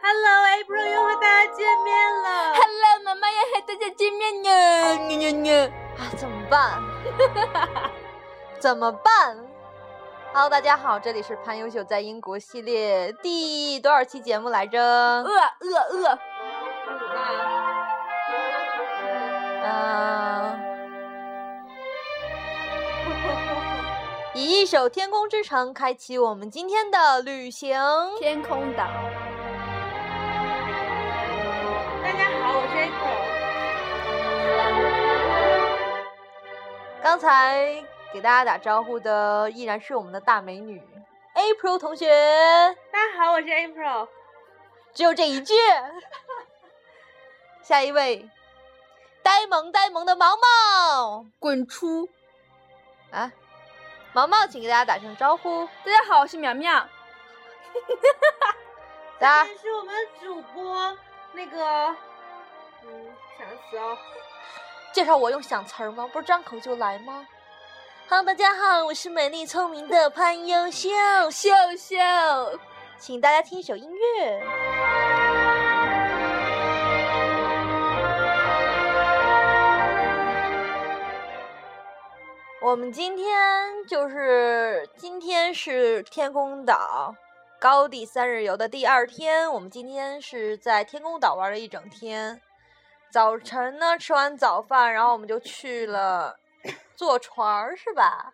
Hello，April 又和大家见面了。 Hello，妈妈要和大家见面呢，哦呢呢呢啊，怎么办？ 怎么办？Hello，大家好，这里是潘优秀在英国系列第多少期节目来着？饿呃饿饿，五吧，呃 以一首《天空之城》开启我们今天的旅行。天空岛，大家好，我是 April。刚才给大家打招呼的依然是我们的大美女 April 同学。大家好，我是 April。只有这一句。 下一位，呆萌呆萌的毛毛滚出！啊，毛毛，请给大家打声招呼。大家好，我是苗苗。大家这是我们主播那个，嗯，想死哦。介绍我用想词儿吗？不是张口就来吗？Hello，大家好，我是美丽聪明的潘优秀，秀秀，请大家听一首音乐。我们今天就是今天是天空岛高地三日游的第二天，我们今天是在天空岛玩了一整天。早晨呢，吃完早饭，然后我们就去了坐船儿，是吧？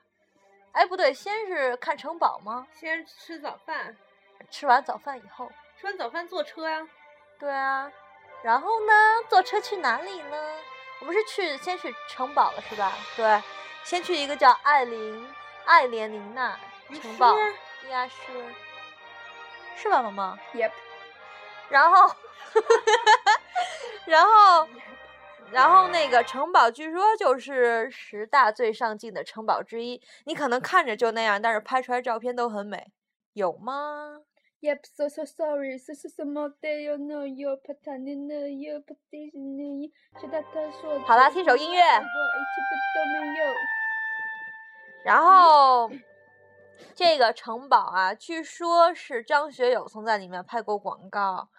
哎，不对，先是看城堡吗？先吃早饭，吃完早饭以后，吃完早饭坐车呀、对啊，然后呢，坐车去哪里呢？我们是去先去城堡了是吧？对，先去一个叫艾琳艾莲琳娜你啊城是堡，应该是是吧，毛毛？ Yep 然后， 然后，然后那个城堡据说就是十大最上镜的城堡之一，你可能看着就那样，但是拍出来照片都很美，有吗？ Yep, so so sorry, so so so more day, you know you, but I didn't know you, but this new you, 是他他说。好啦听首音乐我一句都没有。然后这个城堡啊，据说是张学友曾在里面拍过广告，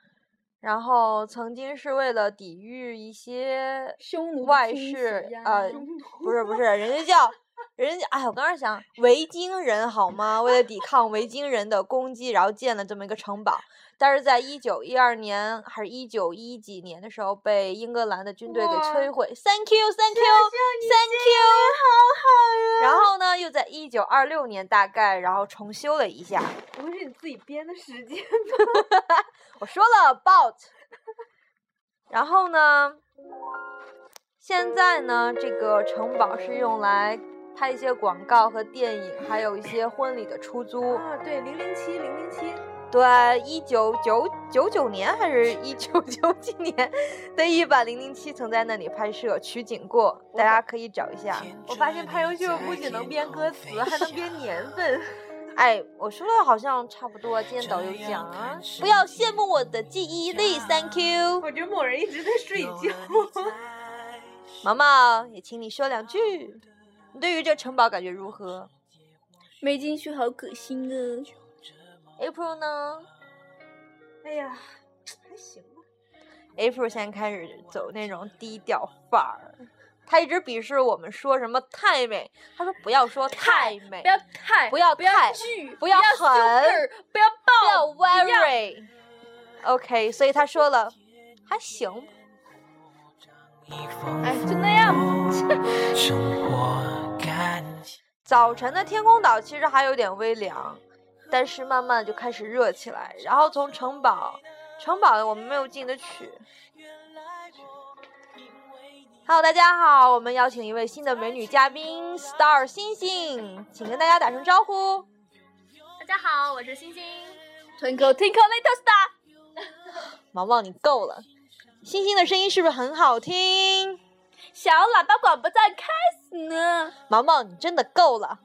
然后曾经是为了抵御一些匈奴的外侵事袭呀呃匈不是不是，人家叫人家哎，我刚才想维京人好吗？为了抵抗维京人的攻击，然后建了这么一个城堡，但是在一九一二年还是一九一几年的时候，被英格兰的军队给哇摧毁。Thank you, thank you, 你 thank you。好然后呢，又在一九二六年大概，然后重修了一下。好呀，不是你自己编的时间。我说了 about，然后呢，现在呢，这个城堡是用来拍一些广告和电影，还有一些婚礼的出租。啊，对，零零七，零零七，对，一九九九九年还是一九九几年的一版《零零七》曾在那里拍摄取景过，大家可以找一下。我发现潘优秀不仅能编歌词，还能编年份。哎，我说的好像差不多，今天导游讲啊，不要羡慕我的记忆力，Thank you。 我觉得某人一直在睡觉。 毛毛也请你说两句，你对于这城堡感觉如何没进去好可惜啊！ ？April 呢哎呀，还行吧。 ？April 现在开始走那种低调范儿，她一直鄙视我们说什么太美，她说不要说太美不，要太，不要不要太巨，不要不要狠 super，不要不要爆， worry。OK，所以她说了，还行吧。哎，就那样吧。生活感早晨的天空岛其实还有点微凉，但是慢慢就开始热起来。然后从城哦堡，城堡我们没有进得去。Hello，大家好，我们邀请一位新的美女嘉宾 Star 星星，请跟大家打声招呼。大家好，我是星星。 Twinkle twinkle little star，毛毛，你够了！星星的声音是不是很好听？小喇叭广播站开始呢。毛毛，你真的够了！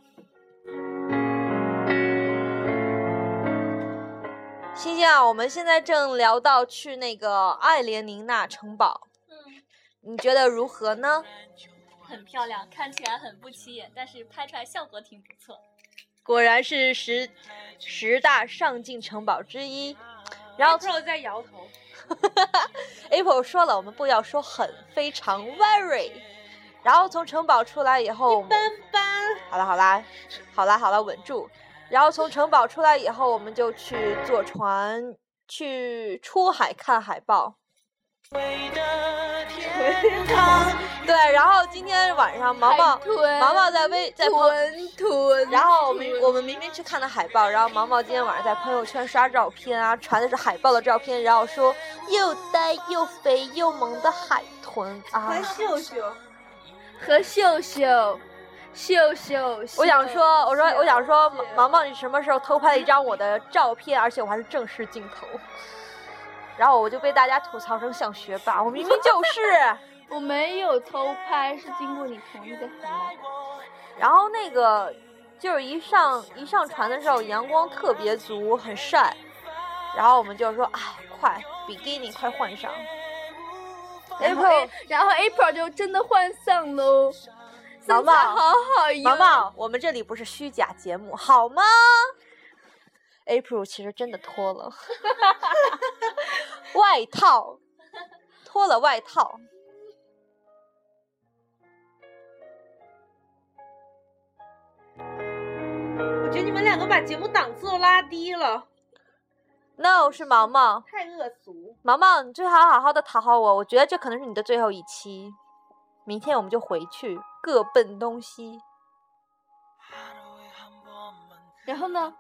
星星啊，我们现在正聊到去那个爱莲宁娜城堡，嗯，你觉得如何呢？很漂亮，看起来很不起眼，但是拍出来效果挺不错。果然是十十大上镜城堡之一。然后 Pro 在摇头， April 说了，我们不要说很，非常 very。然后从城堡出来以后，我们班好啦好啦，好啦好啦，稳住。然后从城堡出来以后，我们就去坐船去出海看海豹。 对，然后今天晚上毛毛豚毛毛在微在朋豚豚，然后我们我们明明去看的海报，然后毛毛今天晚上在朋友圈刷照片啊，传的是海报的照片，然后说又呆又肥又萌的海豚啊和。秀秀，和秀秀，秀秀，我想说，我说我想说，毛毛毛毛，你什么时候偷拍了一张我的照片，而且我还是正式镜头，然后我就被大家吐槽成像学霸，我明明就是。我没有偷拍，是经过你同意的衡哎量。然后那个就是一上一上船的时候，阳光特别足，很晒。然后我们就说，哎，快比基尼快换上。哎然后 April， 然后哎 April 就真的换上喽，毛毛身材好好哟。毛毛，我们这里不是虚假节目，好吗？April 其实真的脱了 外套，脱了外套。我觉得你们两个把节目档次都拉低了， No，是毛毛，太恶俗。毛毛，你最好好好的讨好我，我觉得这可能是你的最后一期。明天我们就回去，各奔东西。然后呢？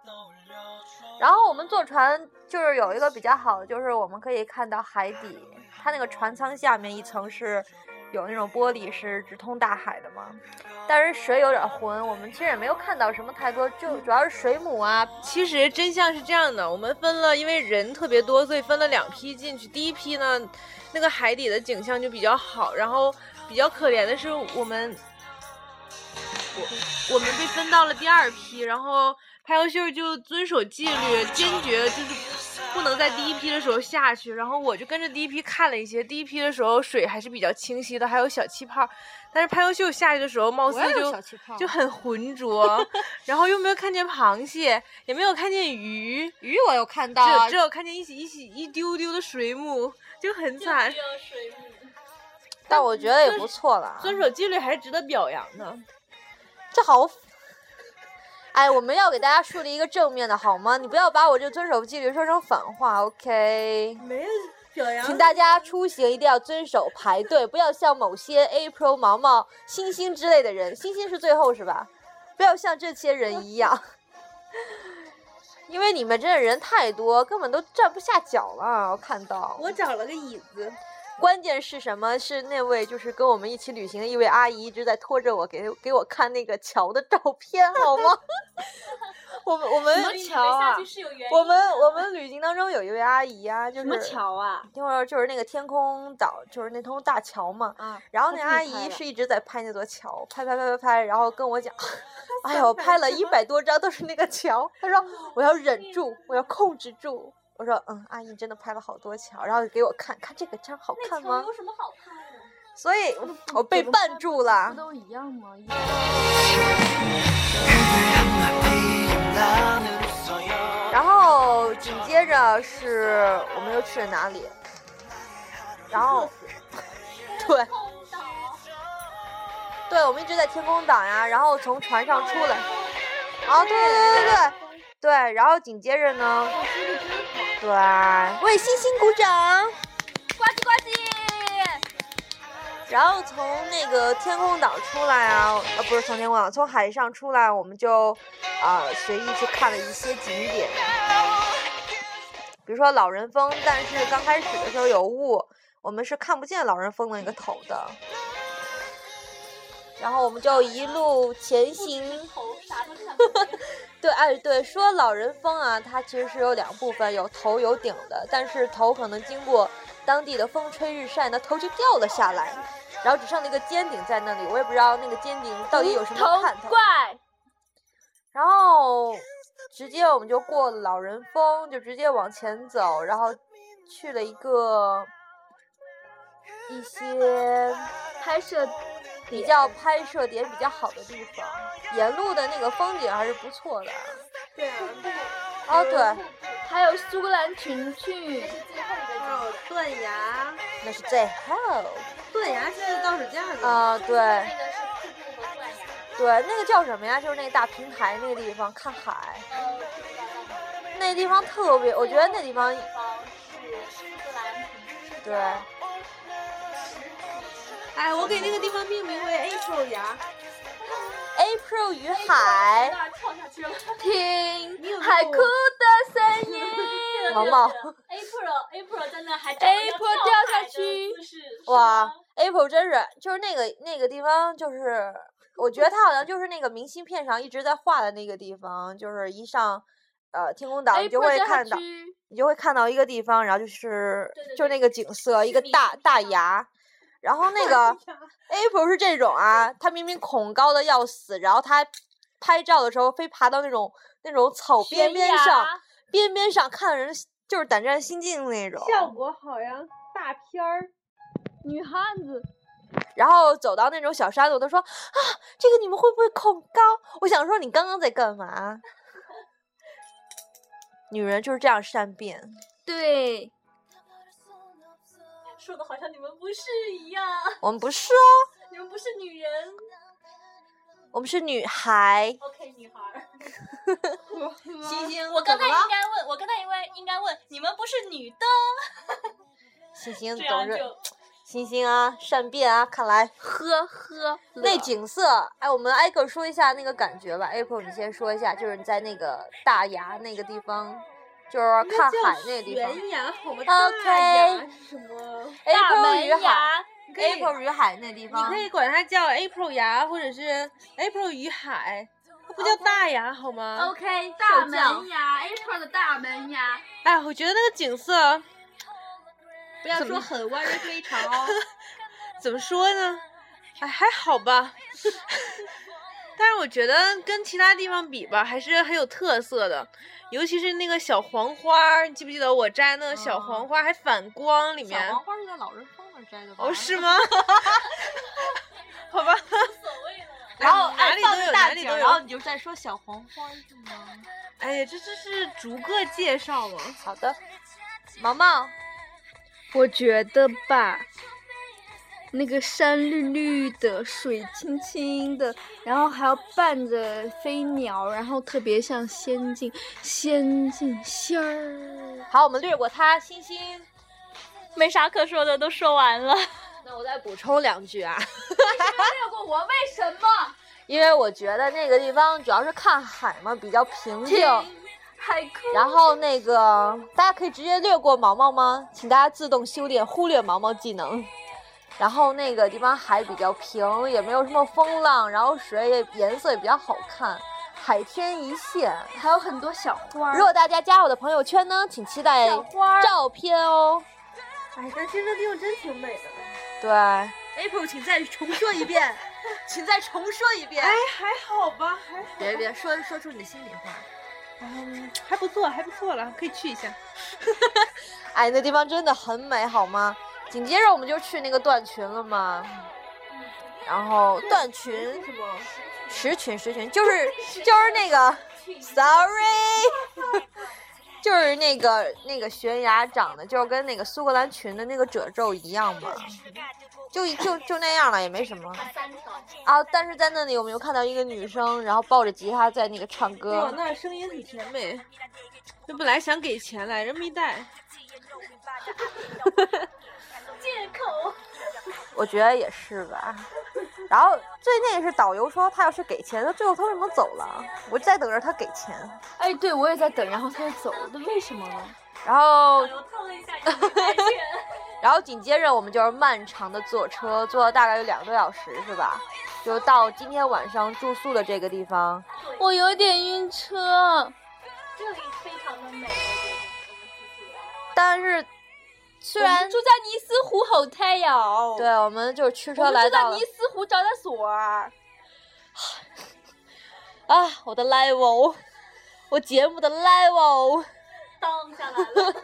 然后我们坐船就是有一个比较好的，就是我们可以看到海底，它那个船舱下面一层是有那种玻璃是直通大海的嘛。但是水有点浑，我们其实也没有看到什么太多，就主要是水母啊。其实真相是这样的，我们分了，因为人特别多，所以分了两批进去。第一批呢，那个海底的景象就比较好，然后比较可怜的是我们，我我们被分到了第二批，然后拍优秀就遵守纪律，坚决就是不能在第一批的时候下去。然后我就跟着第一批看了一些，第一批的时候水还是比较清晰的，还有小气泡，但是拍优秀下去的时候，貌似就气泡就很浑 浊，然后又没有看见螃蟹，也没有看见 鱼，鱼我有看到啊啊只只有看见一起一起一丢丢的水母，就很就惨只。有水母。但我觉得也不错啦。遵守纪律还是值得表扬的。这好，哎，我们要给大家树立一个正面的好吗？你不要把我这遵守纪律说成反话，OK？没有表扬请大家出行一定要遵守排队，不要像某些 April、毛毛、星星之类的人，星星是最后是吧？不要像这些人一样， 因为你们这人太多，根本都站不下脚了。我看到，我找了个椅子，关键是什么？是那位就是跟我们一起旅行的一位阿姨一直在拖着我给给我看那个桥的照片，好吗？ 我们我们所以你们桥啊下去，是有原因。我们我们旅行当中有一位阿姨啊，就是啊？就是就是那个天空岛，就是那通大桥嘛。啊，然后那她阿自己拍姨的是一直在拍那座桥，拍拍拍拍拍，然后跟我 讲，哎呀，我拍了一百多张都是那个桥。她说我要忍住，我要控制住。我说嗯，阿姨真的拍了好多桥，然后给我看看这个张好那看桥吗？有什么好看的？所以我被绊住不了。都一样吗？然后紧接着是我们又去了哪里？然后， 对空岛。对，我们一直在天空岛呀，然后从船上出来。啊，对对对对对对，然后紧接着呢，哦对，为星星鼓掌。呱唧呱唧，然后从那个天空岛出来啊，呃，不是从天空岛，从海上出来，我们就啊、呃随意去看了一些景点，比如说老人峰，但是刚开始的时候有雾，我们是看不见老人峰的那个头的。然后我们就一路前行，头啥都看不见。对，哎，对，说老人峰啊，它其实是有两部分，有头有顶的，但是头可能经过当地的风吹日晒呢，头就掉了下来，然后只剩了一个尖顶在那里，我也不知道那个尖顶到底有什么看头。怪，然后直接我们就过了老人峰，就直接往前走，然后去了一个一些拍摄比较拍摄点比较好的地方，沿路的那个风景还是不错的。对啊，哦，对，还有苏格兰群剧，还啊有哦断崖，那是最后。断崖是倒数第二个。啊、对那个是瀑布和断崖，对，那个叫什么呀？就是那个大平台那个地方看海，呃，不知道在哪儿。那地方特别，我觉得那地方地方是苏格兰平对，哎，我给那个地方命名为 April 崖。 April 与从海，那儿哎跳 下去了。你有听没海有哭的声音。毛毛 April April 在那还 April 掉下去哇，April 真是就是那个那个地方，就是我觉得它好像就是那个明信片上一直在画的那个地方，就是一上呃天空岛，你就 April 会掉下看到，去你就会看到一个地方，然后就是对对就是对那个景色，一是个明大信大片崖，然后那个 April 是这种啊，他明明恐高的要死，然后他拍照的时候非爬到那种那种草边边上，边边上看的人就是胆战心惊的那种， 效果好呀，大片儿。女汉子，然后走到那种小山路，他说啊，这个你们会不会恐高？我想说你刚刚在干嘛？女人就是这样善变，对，说的好像你们不是一样，我们不是哦，你们不是女人。我们是女孩。 OK，女孩儿。星星，我刚才应该问，我刚才应该应该问，你们不是女的，星星这嗯总样是就星星啊，善变啊，看来呵呵，那景色，哎，我们挨个说一下那个感觉吧。April，你先说一下，就是你在那个大崖那个地方，就是应该看叫海那个地方。悬崖好 OK 吗？大崖是什么？大 April 门与海牙，你可以，你，April 与海那地方可，以管它叫 April 崖，或者是 April 与海，它哦不叫哦大崖好吗？ OK，大大门门牙，April 的大门牙，哎，我觉得那个景色，不要说很万人 非常哦。怎么说呢？哎，还好吧。 但是我觉得跟其他地方比吧，还是很有特色的，尤其是那个小黄花儿，你记不记得我摘那个小嗯黄花儿还反光里面？花是在老人峰那摘的哦，是吗？ 好吧，无所谓了。然后哎哎哪里放都个有大哪里景都然有后你就再说小黄花是吗？哎呀，这这是逐个介绍啊嘛。好的，毛毛，我觉得吧，那个山绿绿的，水清清的，然后还要伴着飞鸟，然后特别像仙境，仙境仙儿。好，我们略过它，星星。没啥可说的，都说完了。那我再补充两句啊，跳过我，为什么？因为我觉得那个地方主要是看海嘛，比较平静。海哭。然后那个大家可以直接略过毛毛吗？请大家自动修炼，忽略毛毛技能。然后那个地方海比较平，也没有什么风浪，然后水也颜色也比较好看，海天一线。还有很多小花儿如果大家加我的朋友圈呢，请期待小花儿照片哦。哎，但其实那地方真挺美的。对 April，请再重说一遍。请再重说一遍哎，还好吧，还别别说说出你的心里话。嗯，还不错，还不错了，可以去一下。哎，那地方真的很美，好吗？紧接着我们就去那个断群了嘛，然后断群什么？十群十群，就是就是那个，sorry，就是那个那个悬崖长得就是跟那个苏格兰群的那个褶皱一样嘛，就就就那样了，也没什么三条，啊。但是在那里我们又看到一个女生，然后抱着吉他在那个唱哇，歌，那声音很甜美。我本来想给钱来着，没带。借口。我觉得也是吧。然后最那个是导游说他要是给钱，他最后他为什么走了？啊我就在等着他给钱。哎，对我也在等，然后他就走了，为什么呢？然后导游蹭了一下，你没带钱。然后紧接着我们就是漫长的坐车，坐了大概有两个多小时，是吧？就到今天晚上住宿的这个地方。我有点晕车。这里非常的美，我觉得我们住宿的但是虽我们然住在尼斯湖 hotel，，对我们就是驱我车们来住在到尼斯湖招待所儿。啊，我的 level，我节目的哦 level。荡下来了。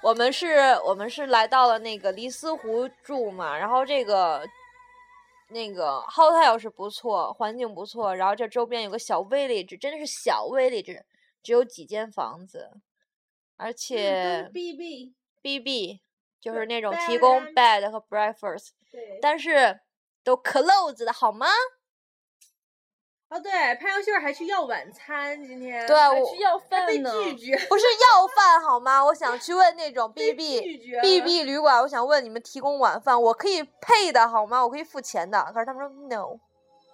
我们是，我们是来到了那个尼斯湖住嘛，然后这个那个 hotel 是不错，环境不错，然后这周边有个小 village，真的是小 village，只有几间房子，而且 BB， BB 就是嗯对啊那种，bed 提供 and- bed 和 breakfast，对，但是都 close 的好吗？哦对，潘阳秀还去要晚餐，今天啊对啊还我去要饭被呢拒绝，不是要饭好吗？我想去问那种 BB 拒绝了 BB 旅馆，我想问你们提供晚饭，我可以配的好吗？我可以付钱的。可是他们说 no，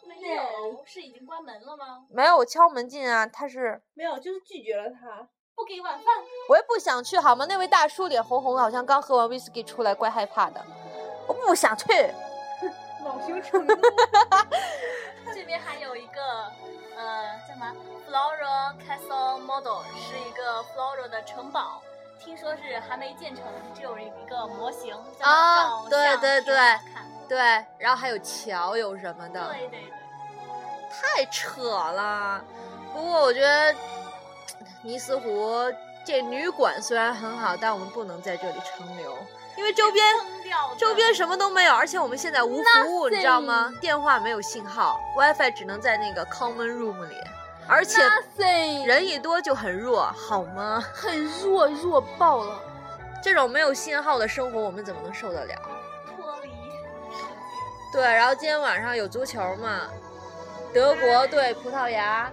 没有，是已经关门了吗？没有，我敲门进啊，他是没有，就是拒绝了他。不给晚饭，我也不想去好吗？那位大叔脸红红的，好像刚喝完 whisky 出来，怪害怕的。我不想去，恼羞成怒。 这边还有一个，呃，叫什么 Flora Castle Model，是一个 Flora 的城堡，听说是还没建成，只有一个模型啊在那照对相对挺对好看对，然后还有桥有什么的，对对对，太扯了。不过我觉得尼斯湖这旅馆虽然很好，但我们不能在这里长留，因为周边扔掉的周边什么都没有，而且我们现在无服务，你知道吗？电话没有信号，WiFi 只能在那个 common room 里，而且 nothing，人一多就很弱，好吗？很弱弱爆了。这种没有信号的生活，我们怎么能受得了？脱离世界，对，然后今天晚上有足球嘛，德国对葡萄牙，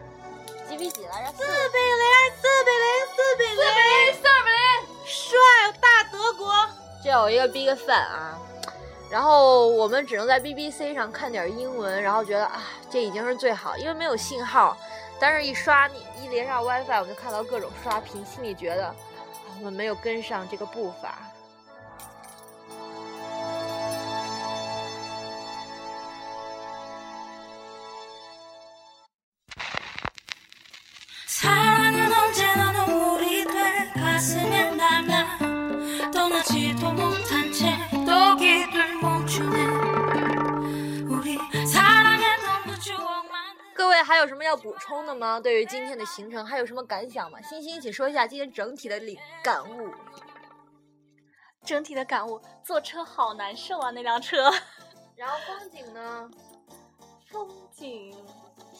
几比几来着？四比零，四比零，四比零，四比零，四比零，帅大德国！这有一个 big fan 啊，然后我们只能在 BBC 上看点英文，然后觉得啊，这已经是最好，因为没有信号，但是一刷你一连上 WiFi，我们就看到各种刷屏，心里觉得啊，我们没有跟上这个步伐。 사랑은 언제나 눈물이 돼 가슴에 남아 떠나지도 못한 채 또 길을 멈추네 우리 사랑했던 그 추억만 各位还有什么要补充的吗？对于今天的行程还有什么感想吗？欣欣，请说一下今天整体的领感悟。整体的感悟，坐车好难受啊，那辆车 然后风景呢？风景。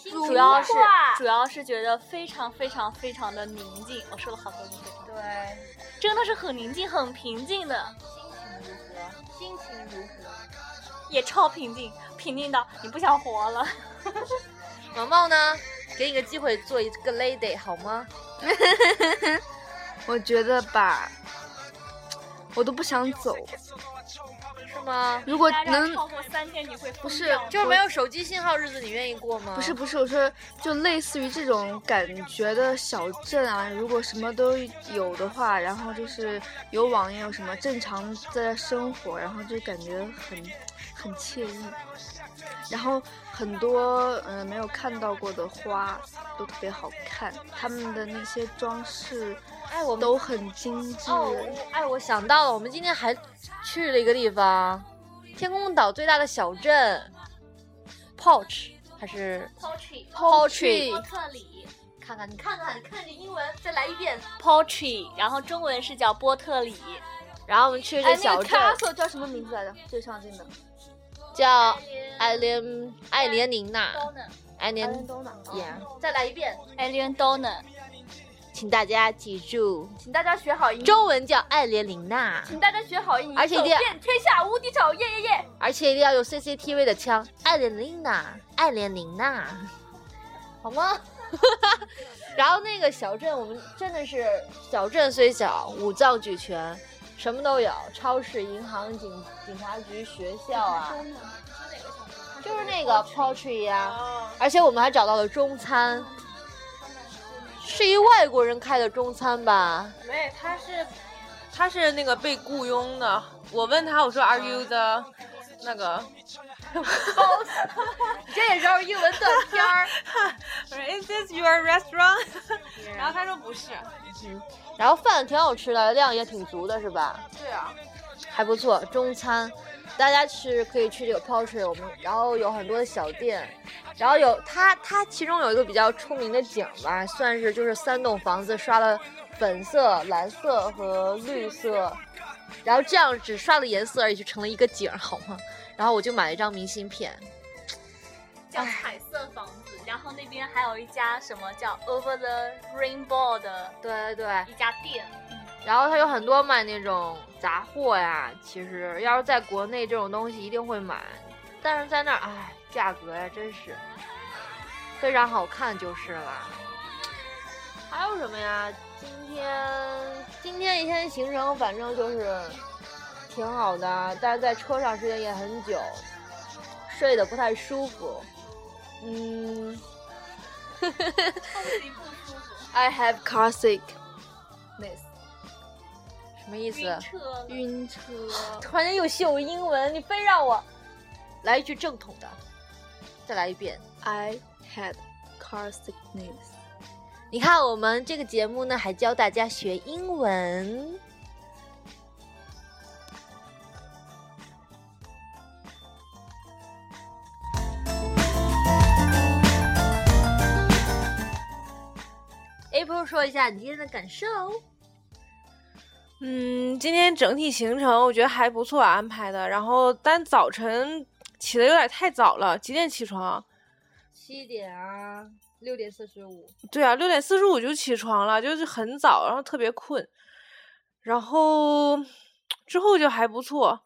主主要是主要是觉得非常非常非常的宁静，我说了好多宁静，对，真的是很宁静、很平静的，心情如何？也超平静，平静到你不想活了。毛毛呢？给你个机会做一个 lady 好吗？我觉得吧，我都不想走。是吗？如果大家能，超过三天，你会不是就是没有手机信号日子，你愿意过吗？不是，不是，我说就类似于这种感觉的小镇啊，如果什么都有的话，然后就是有网也有什么正常在生活，然后就感觉很很惬意，然后很多嗯、呃没有看到过的花都特别好看，他们的那些装饰哎，我们都很精致。哦，我哎，我想到了，我们今天还去了一个地方，天空岛最大的小镇，Pouch 还是 poetry Poultry 波特里看看，你看看，你看这英文，再来一遍。 poetry，然后中文是叫波特里，然后我们去这哎，小那个镇、 castle 叫什么名字来着？最上镜的叫艾莲艾莲宁娜， Donut 艾莲哎东哦南呀。再来一遍， Alien Donut，请大家记住，请大家学好英，中文叫艾莲宁娜，请大家学好英语，而且一定要走遍天下无敌手，耶耶耶！而且一定要用 CCTV 的腔，艾莲琳娜，艾莲宁娜，好吗？ 然后那个小镇，我们真的是小镇虽小，五脏俱全，什么都有，超市、银行、警警察局、学校啊，就是那个 poultry 呀、而且我们还找到了中餐，是一外国人开的中餐 吧？没，他是他是那个被雇佣的。我问他，我说 Are you the 那 个这也是英文断片儿。我说 Is this your restaurant？然 后他说不是。然后饭挺好吃的，量也挺足的，是吧？对啊，还不错，中餐，大家是可以去这个 Poultry，我们然后有很多的小店，然后有它它其中有一个比较出名的景吧，算是就是三栋房子刷了粉色、蓝色和绿色，然后这样只刷了颜色而已，就成了一个景儿，好吗？然后我就买了一张明信片，叫彩色房子，然后那边还有一家什么叫 Over the Rainbow 的对对对，一家店，然后它有很多卖那种杂货呀，其实要是在国内这种东西一定会买，但是在那儿，哎，价格呀，真是非常好看就是了。还有什么呀？今天今天一天行程反正就是挺好的，但是在车上时间也很久，睡得不太舒服。嗯 ，I have car sick。 ，nice，什么意思？晕车了，晕车，突然间又秀英文，你非让我来一句正统的，再来一遍。 I had car sickness。你看我们这个节目呢，还教大家学英文。April 说一下你今天的感受。嗯，今天整体行程我觉得还不错，安排的。然后，但早晨起的有点太早了，几点起床？啊七点啊，六点四十五。对啊，六点四十五就起床了，就是很早，然后特别困，然后之后就还不错，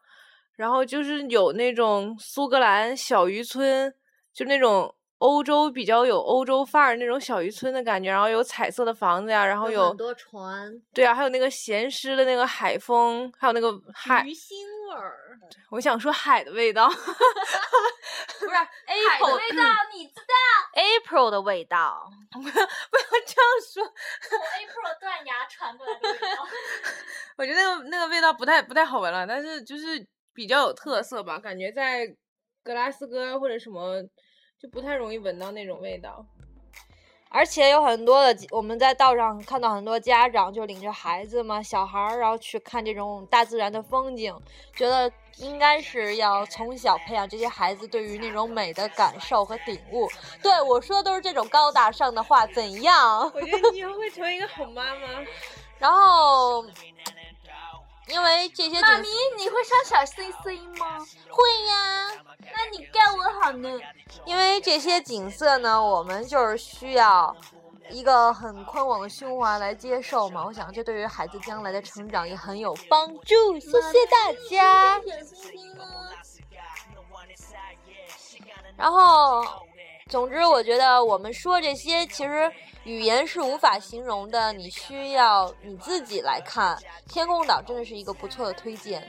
然后就是有那种苏格兰小渔村，就那种欧洲比较有欧洲范儿那种小渔村的感觉，然后有彩色的房子呀，然后有有嗯很多船，对啊，还有那个咸湿的那个海风，还有那个海，鱼腥味儿，我想说海的味道，不是 April 的味道，你知道 April 的味道。不要这样说，从 April 断崖传过来的味道。我觉得那个那个味道不太不太好闻了，但是就是比较有特色吧，感觉在格拉斯哥或者什么就不太容易闻到那种味道。而且有很多的，我们在道上看到很多家长就领着孩子嘛，小孩儿，然后去看这种大自然的风景，觉得应该是要从小培养这些孩子对于那种美的感受和领悟。对我说的都是这种高大上的话，怎样？ 我觉得你以后会成为一个好妈妈。 然后，因为这些妈景咪，你会上小星星吗？会呀，那你干我好呢？因为这些景色呢，我们就是需要一个很宽广的胸怀来接受嘛。我想这对于孩子将来的成长也很有帮助。谢谢大家。然后，总之，我觉得我们说这些，其实语言是无法形容的，你需要你自己来看。天空岛真的是一个不错的推荐。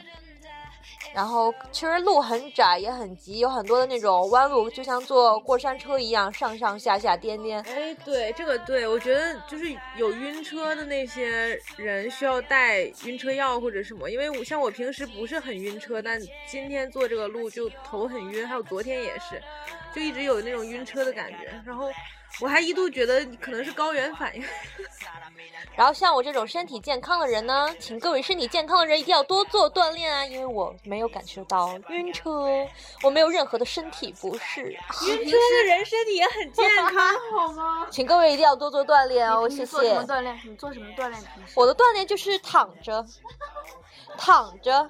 然后其实路很窄也很急，有很多的那种弯路，就像坐过山车一样上上下下颠颠。哎，对，这个对，我觉得就是有晕车的那些人需要带晕车药或者什么，因为我像我平时不是很晕车，但今天坐这个路就头很晕，还有昨天也是，就一直有那种晕车的感觉。然后我还一度觉得可能是高原 反应。然后像我这种身体健康的人呢，请各位身体健康的人一定要多做锻炼啊，因为我没有感受到晕车，我没有任何的身体不适。晕车的人身体也很健 康，好吗？ 请各位一定要多做锻炼哦，你谢做什谢么。锻炼？你做什么锻炼？平时我的锻炼就是躺着，躺着，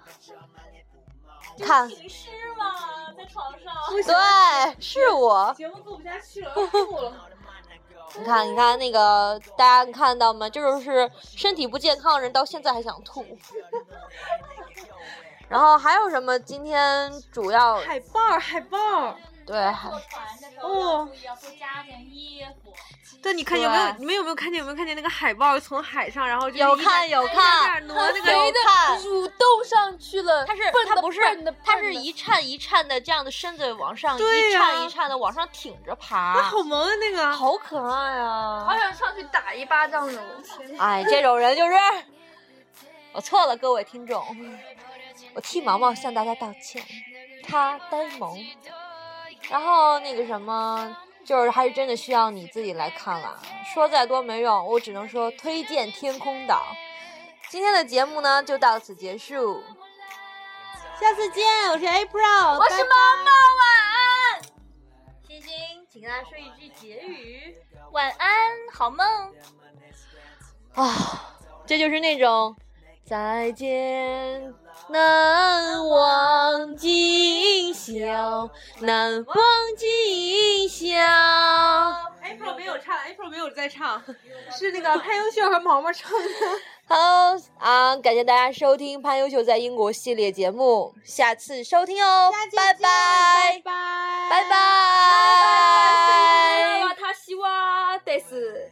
看，停尸嘛，在床上。对，是我。节目做不下去了，吐了。你看，你看那个，大家你看到吗？这就是身体不健康的人到现在还想吐。然后还有什么？今天主要海报，海报。对，还坐船的时候要注意，要多加点衣服。对，你看有没有？你们有没有看见？有没有看见那个海报从海上，然后就有一看点有看一点挪那个有看，主动上去了，它是笨它的不是笨的，它笨是的一颤一颤的这样的身子往上，对一呀颤一颤的往上挺着啊，爬，好萌啊那个。好可爱啊！好想上去打一巴掌了。哎，这种人就是我错了，各位听众，我替毛毛向大家道歉，他呆萌。然后那个什么，就是还是真的需要你自己来看啦，说再多没用，我只能说推荐《天空岛》。今天的节目呢就到此结束，下次见，我是 April，我是毛毛，晚安。星星，请跟他说一句结语。晚安，好梦。啊，这就是那种再见难忘今宵，难忘今宵。哎， April 没有唱，April 没有在唱，是那个潘优秀和毛毛唱的。好啊，感谢大家收听《潘优秀在英国》系列节目，下次收听哦，拜拜，拜拜拜。私はです。